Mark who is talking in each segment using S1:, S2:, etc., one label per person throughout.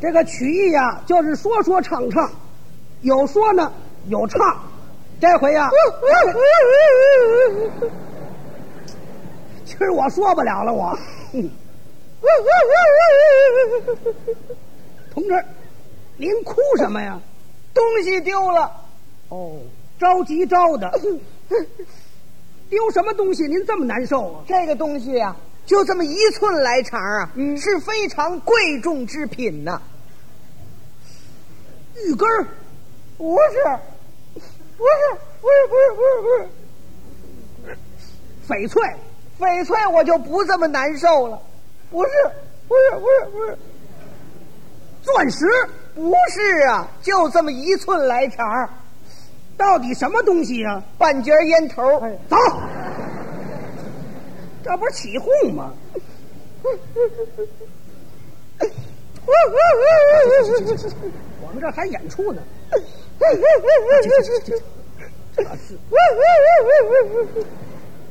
S1: 这个曲艺呀、就是说说唱唱，有说呢，有唱。这回
S2: 嗯
S1: 呀、今儿我说不了了，我。嗯同志，您哭什么呀？
S2: 东西丢了，
S1: 哦，着急着的，丢什么东西？您这么难受啊？
S2: 这个东西啊，就这么一寸来长啊，
S1: 嗯
S2: 是非常贵重之品呐、
S1: 玉根儿，
S2: 不是，不是，不是，不是，不是，不是，
S1: 翡翠，
S2: 翡翠我就不这么难受了，不是，不是，不是，不是，
S1: 钻石，
S2: 不是啊，就这么一寸来长，
S1: 到底什么东西呀、
S2: 半截烟头，
S1: 走，这不是起哄吗？我们这还演出呢。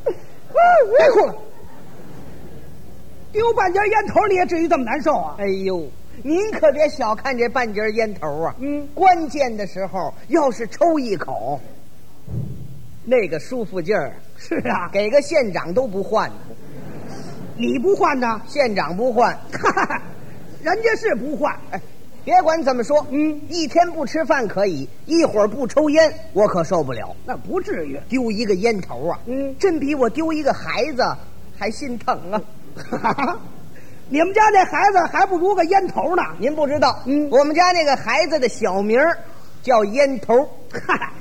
S1: 别哭了，丢半截烟头你也至于这么难受啊？
S2: 哎呦，您可别小看这半截烟头啊！
S1: 嗯
S2: 关键的时候要是抽一口，那个舒服劲儿，
S1: 是啊，
S2: 给个县长都不换呢。
S1: 你不换呢？
S2: 县长不换，
S1: 人家是不换，
S2: 哎，别管怎么说，
S1: 嗯
S2: 一天不吃饭可以，一会儿不抽烟，我可受不了。
S1: 那不至于。
S2: 丢一个烟头啊，
S1: 嗯
S2: 真比我丢一个孩子还心疼 啊！
S1: 你们家那孩子还不如个烟头呢。
S2: 您不知道，
S1: 嗯
S2: 我们家那个孩子的小名儿叫烟头，
S1: 嗨，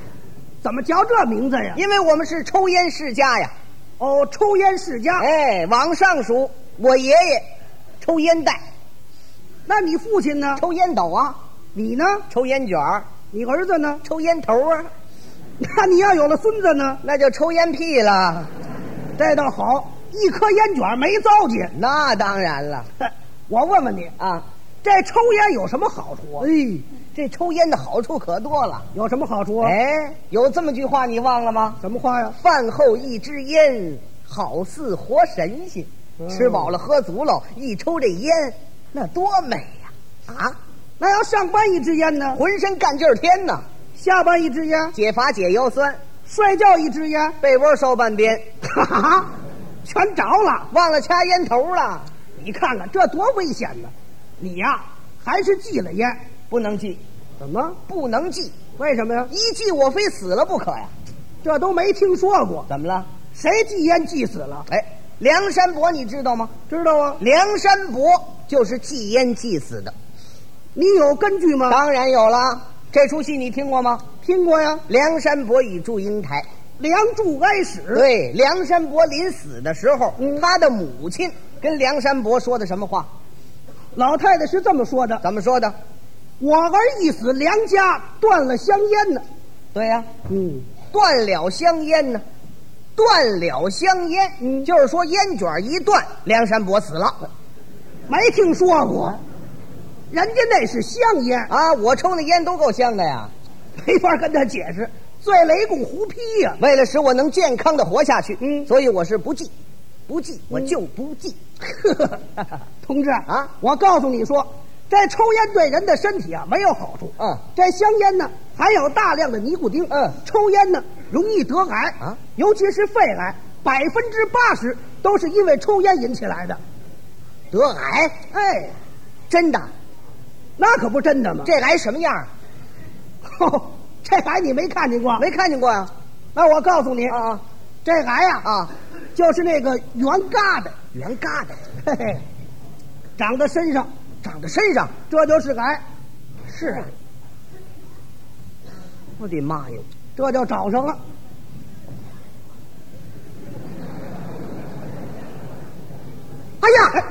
S1: 怎么叫这名字呀？
S2: 因为我们是抽烟世家呀。
S1: 哦，抽烟世家。
S2: 哎，往上数，我爷爷抽烟袋、
S1: 那你父亲呢？
S2: 抽烟斗啊，
S1: 你呢？
S2: 抽烟卷儿、
S1: 你儿子呢？
S2: 抽烟头啊，
S1: 那你要有了孙子呢？
S2: 那就抽烟屁了。
S1: 这倒好，一颗烟卷没糟践。
S2: 那当然了
S1: 嘿我问问你，
S2: 啊，
S1: 这抽烟有什么好处啊？
S2: 哎，这抽烟的好处可多了。
S1: 有什么好处啊？
S2: 哎，有这么句话你忘了吗？
S1: 什么话呀？
S2: 饭后一支烟，好似活神仙。吃饱了喝足了，一抽这烟，那多美呀、啊！
S1: 那要上班一支烟呢？
S2: 浑身干劲儿添呐，
S1: 下班一支烟，
S2: 解乏解腰酸，
S1: 睡觉一支烟，
S2: 被窝烧半边，
S1: 哈哈， 全着了。
S2: 忘了掐烟头了。
S1: 你看看这多危险呢！你呀、还是戒了烟。
S2: 不能忌，
S1: 怎么？
S2: 不能忌，
S1: 为什么呀？
S2: 一忌我非死了不可呀！
S1: 这都没听说过，
S2: 怎么了？
S1: 谁戒烟戒死了？
S2: 哎，梁山伯你知道吗？
S1: 知道啊？
S2: 梁山伯就是忌烟忌死的。
S1: 你有根据吗？
S2: 当然有了，这出戏你听过吗？
S1: 听过呀，
S2: 《梁山伯与祝英台》。
S1: 《梁祝哀史》
S2: 对，梁山伯临死的时候，
S1: 嗯
S2: 他的母亲跟梁山伯说的什么话？
S1: 老太太是这么说的：“
S2: 怎么说的？
S1: 我儿一死，梁家断了香烟呢。
S2: 对呀、”
S1: 嗯，
S2: 断了香烟呢，断了香烟，
S1: 嗯
S2: 就是说烟卷一断，梁山伯死了。
S1: 没听说过，人家那是香烟，
S2: 啊，我抽那烟都够香的呀。
S1: 没法跟他解释，最雷公胡批呀、
S2: 为了使我能健康的活下去，
S1: 嗯
S2: 所以我是不忌，不忌，我就不忌。
S1: 同志
S2: 啊
S1: 我告诉你说，这抽烟对人的身体啊没有好处。
S2: 嗯
S1: 这香烟呢含有大量的尼古丁，
S2: 嗯
S1: 抽烟呢容易得癌
S2: 啊，
S1: 尤其是肺癌，百分之八十都是因为抽烟引起来的。
S2: 得癌，
S1: 哎，
S2: 真的？
S1: 那可不真的嘛。
S2: 这癌什么样啊？
S1: 哦， 这癌你没看见过？
S2: 没看见过呀、
S1: 那我告诉你
S2: 啊？，啊
S1: 这癌呀
S2: 啊啊！
S1: 就是那个圆疙瘩，
S2: 圆疙瘩
S1: 嘿嘿， 长在身上，
S2: 长在身上。
S1: 这就是癌，
S2: 是啊。我的妈哟！
S1: 这就找上了。
S2: 哎呀，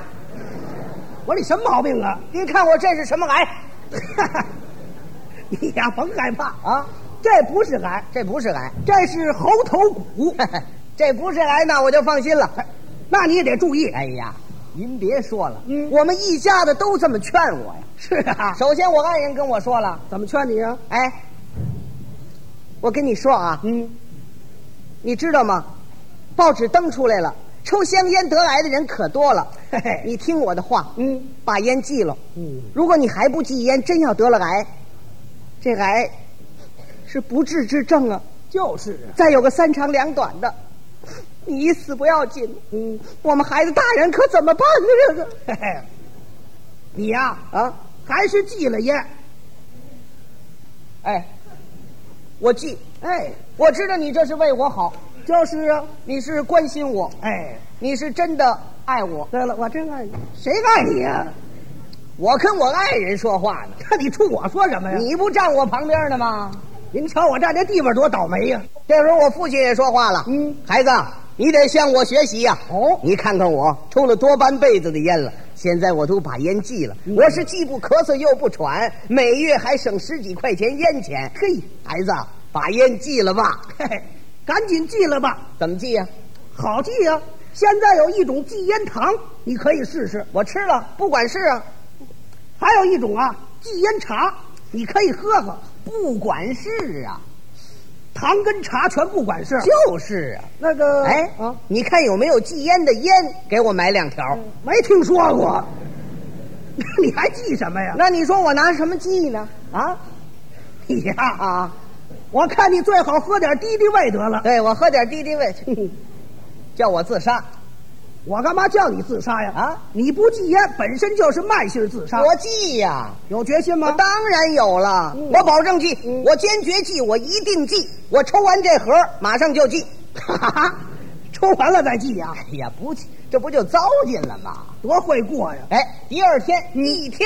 S1: 我说你什么毛病啊？
S2: 您看我这是什么癌
S1: 你呀，甭害怕，
S2: 啊？
S1: 这不是癌，
S2: 这不是癌，
S1: 这是猴头骨。
S2: 这不是癌，那我就放心了。
S1: 那你也得注意。
S2: 哎呀，您别说了，
S1: 嗯
S2: 我们一家子都这么劝我呀。
S1: 是啊，
S2: 首先，我爱人跟我说了，
S1: 怎么劝你啊？
S2: 哎，我跟你说啊，
S1: 嗯，
S2: 你知道吗？报纸登出来了，抽香烟得癌的人可多了。
S1: 嘿嘿
S2: 你听我的话，
S1: 嗯，
S2: 把烟戒了。
S1: 嗯，
S2: 如果你还不戒烟，真要得了癌，这癌是不治之症啊！
S1: 就是啊，
S2: 再有个三长两短的，你一死不要紧，
S1: 嗯，
S2: 我们孩子大人可怎么办呢？这个
S1: 嘿嘿， 你呀、
S2: 啊，
S1: 还是戒了烟，
S2: 哎，我戒，
S1: 哎，
S2: 我知道你这是为我好，
S1: 就是啊，
S2: 你是关心我，
S1: 哎，
S2: 你是真的爱我。
S1: 对了，我真爱你，
S2: 谁爱你呀、我跟我爱人说话呢，
S1: 看你冲我说什哎么呀？
S2: 你不站我旁边呢吗？
S1: 您瞧我站这地方多倒霉呀、
S2: 这时候我父亲也说话了，
S1: 嗯
S2: 孩子，你得向我学习呀、
S1: 哦
S2: 你看看我抽了多半辈子的烟了，现在我都把烟戒了，我是既不咳嗽又不喘，每月还省十几块钱烟钱。嘿，孩子，把烟戒了吧？
S1: 嘿嘿，赶紧戒了吧，
S2: 怎么戒呀、
S1: 好戒呀、现在有一种戒烟糖，你可以试试；
S2: 我吃了不管事啊，
S1: 还有一种啊，戒烟茶，你可以喝喝，
S2: 不管事啊，
S1: 糖跟茶全不管事。
S2: 就是啊。
S1: 那个，
S2: 哎
S1: 啊，，
S2: 你看有没有戒烟的烟？给我买两条。
S1: 没听说过， 你还记什么呀？
S2: 那你说我拿什么记呢？
S1: 啊， 你呀、
S2: 啊，
S1: 我看你最好喝点敌敌畏得了。
S2: 对我喝点敌敌 畏，叫我自杀。
S1: 我干嘛叫你自杀呀？
S2: 啊，
S1: 你不戒烟本身就是慢性自杀。
S2: 我记呀、
S1: 有决心
S2: 我
S1: 吗？
S2: 哦当然有了，
S1: 嗯
S2: 我保证记，
S1: 嗯
S2: 我坚决记，我一定记。我抽完这盒，马上就记。
S1: 哈哈，抽完了再戒呀、
S2: 哎呀，不记，这不就糟践了吗？
S1: 多会过呀！
S2: 哎，第二天、一天，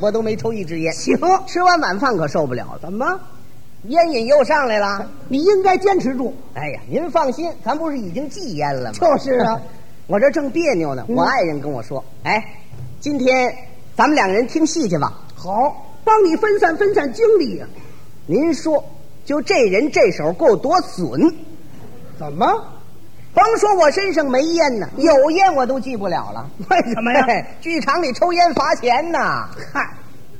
S2: 我都没抽一支烟。
S1: 行，
S2: 吃完晚饭可受不了了，
S1: 怎么？
S2: 烟瘾又上来了。
S1: 你应该坚持住。
S2: 哎呀，您放心，咱不是已经戒烟了吗？
S1: 就是啊嗯
S2: 我这正别扭呢，我爱人跟我说：“哎，今天咱们两个人听戏去吧。
S1: 好，帮你分散分散精力呀、”
S2: 您说，就这人这手够多损，
S1: 怎么？
S2: 甭说我身上没烟呢，有烟我都戒不了了。
S1: 为什么呀？
S2: 嘿剧场里抽烟罚钱呐！
S1: 嗨，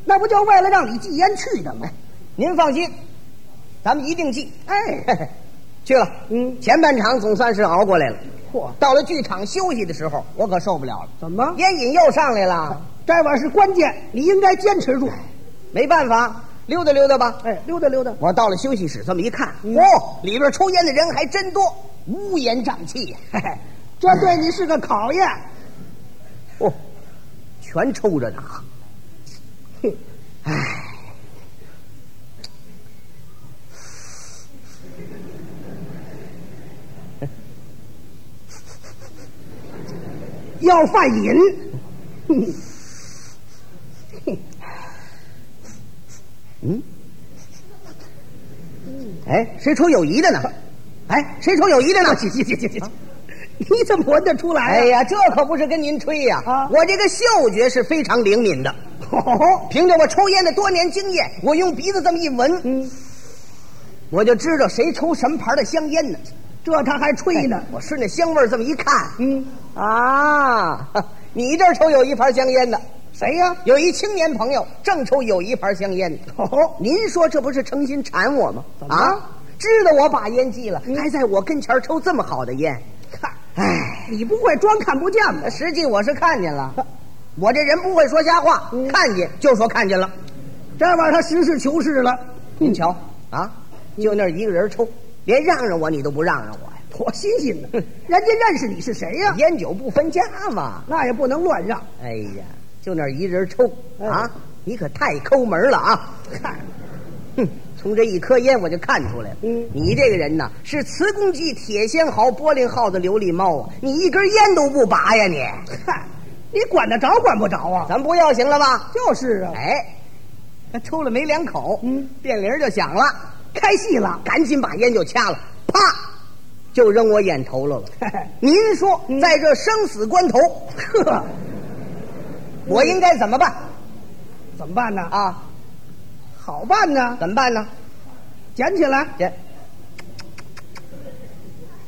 S1: 那不就为了让你戒烟去的吗？
S2: 您放心，咱们一定戒。
S1: 哎，
S2: 去了，
S1: 嗯
S2: 前半场总算是熬过来了。
S1: 嚯，
S2: 到了剧场休息的时候，我可受不了了，
S1: 怎么？嗯
S2: 烟瘾又上来了。
S1: 这玩意儿是关键，你应该坚持住。
S2: 哎没办法，溜达溜达吧。
S1: 哎，溜达溜达。
S2: 我到了休息室，这么一看，
S1: 嗯
S2: 哦，里边抽烟的人还真多，乌烟瘴气呀、
S1: 嘿嘿，这对你是个考验。
S2: 哦，全抽着呢。
S1: 哼，要犯瘾，
S2: 哎，谁抽友谊的呢？哎，谁抽友谊 的呢？
S1: 去去去去去， 你怎么闻得出来、啊
S2: 哎
S1: 呀，
S2: 呀，这可不是跟您吹呀、
S1: 啊
S2: 我这个嗅觉是非常灵敏的，
S1: 哦，
S2: 凭着我抽烟的多年经验，我用鼻子这么一闻，
S1: 嗯，
S2: 我就知道谁抽什么牌的香烟呢。
S1: 这他还吹呢。
S2: 我顺着香味儿这么一看，
S1: 嗯，
S2: 啊， 你这儿抽友谊牌香烟的，
S1: 谁呀、
S2: 有一青年朋友正抽友谊牌香烟呢。
S1: 哦，
S2: 您说这不是诚心馋我吗？
S1: 怎么了嗯
S2: 啊，知道我把烟戒了，还在我跟前抽这么好的烟，
S1: 看，
S2: 唉，
S1: 你不会装看不见吧？
S2: 呃实际我是看见了，我这人不会说瞎话，
S1: 嗯
S2: 看见就说看见了。
S1: 这玩意儿他实事求是了，
S2: 您瞧啊，
S1: 嗯
S2: 就那儿一个人抽，连让让我你都不让让我呀，
S1: 多新鲜呢！人家认识你是谁哎呀、
S2: 烟酒不分家嘛。
S1: 那也不能乱让。
S2: 哎呀，就那儿一人抽啊
S1: 哎，
S2: 你可太抠门了啊！
S1: 看，
S2: 哼，从这一颗烟我就看出来了，
S1: 嗯
S2: 你这个人呐是磁公鸡、铁仙毫、玻璃耗子、琉璃猫啊！你一根烟都不拔呀你！
S1: 看，你管得着管不着啊？
S2: 咱不要行了吧？
S1: 就是啊，
S2: 哎，他抽了没两口，
S1: 嗯，
S2: 电铃儿就响了，
S1: 开戏了。
S2: 赶紧把烟就掐了，啪，就扔我眼头了了。
S1: 嘿嘿
S2: 您说，
S1: 嗯
S2: 在这生死关头，
S1: 呵，
S2: 我应该怎么办
S1: 怎么办呢？
S2: 啊？
S1: 好办呢，
S2: 怎么办呢？
S1: 捡起来，
S2: 这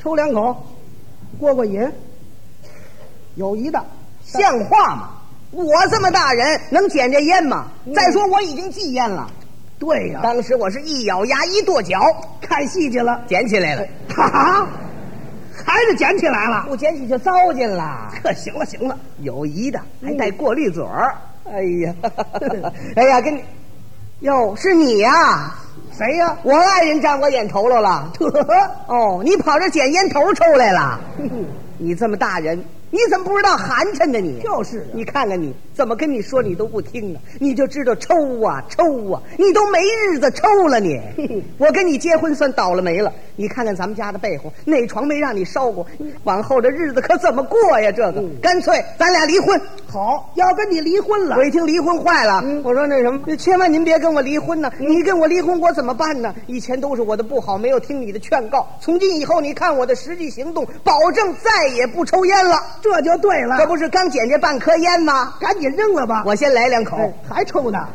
S1: 抽两口，过过瘾。友谊的，
S2: 像话吗？我这么大人能捡这烟吗？
S1: 嗯
S2: 再说我已经戒烟了。
S1: 对
S2: 啊
S1: 呀、
S2: 当时我是一咬牙一跺脚，
S1: 看戏去了，
S2: 捡起来了。
S1: 哈哈，还得哎捡起来了。
S2: 不捡起就糟践了。嗯
S1: 呵，行了行了，
S2: 有谊的还带过滤嘴儿。哎呀， 哎呀，跟你，哟，是你呀、
S1: 谁呀、
S2: 我爱人占我眼头了了。哦，你跑这捡烟头抽来了？你这么大人，你怎么不知道寒碜呢？你
S1: 就是啊
S2: 你看看你，怎么跟你说你都不听呢？你就知道抽啊抽啊，你都没日子抽了你。我跟你结婚算倒了霉了。你看看咱们家的被窝，哪床没让你烧过？往后这日子可怎么过呀？这个，
S1: 嗯
S2: 干脆咱俩离婚。
S1: 好，要跟你离婚了
S2: 我。一听离婚坏了，我说那什么，千万您别跟我离婚呢、你跟我离婚我怎么办呢？以前都是我的不好，没有听你的劝告。从今以后，你看我的实际行动，保证再也不抽烟
S1: 啊
S2: 了。
S1: 这就对了，
S2: 这不是刚捡这半颗烟吗？
S1: 赶紧扔了吧！
S2: 我先来两口。
S1: 哎还抽呢，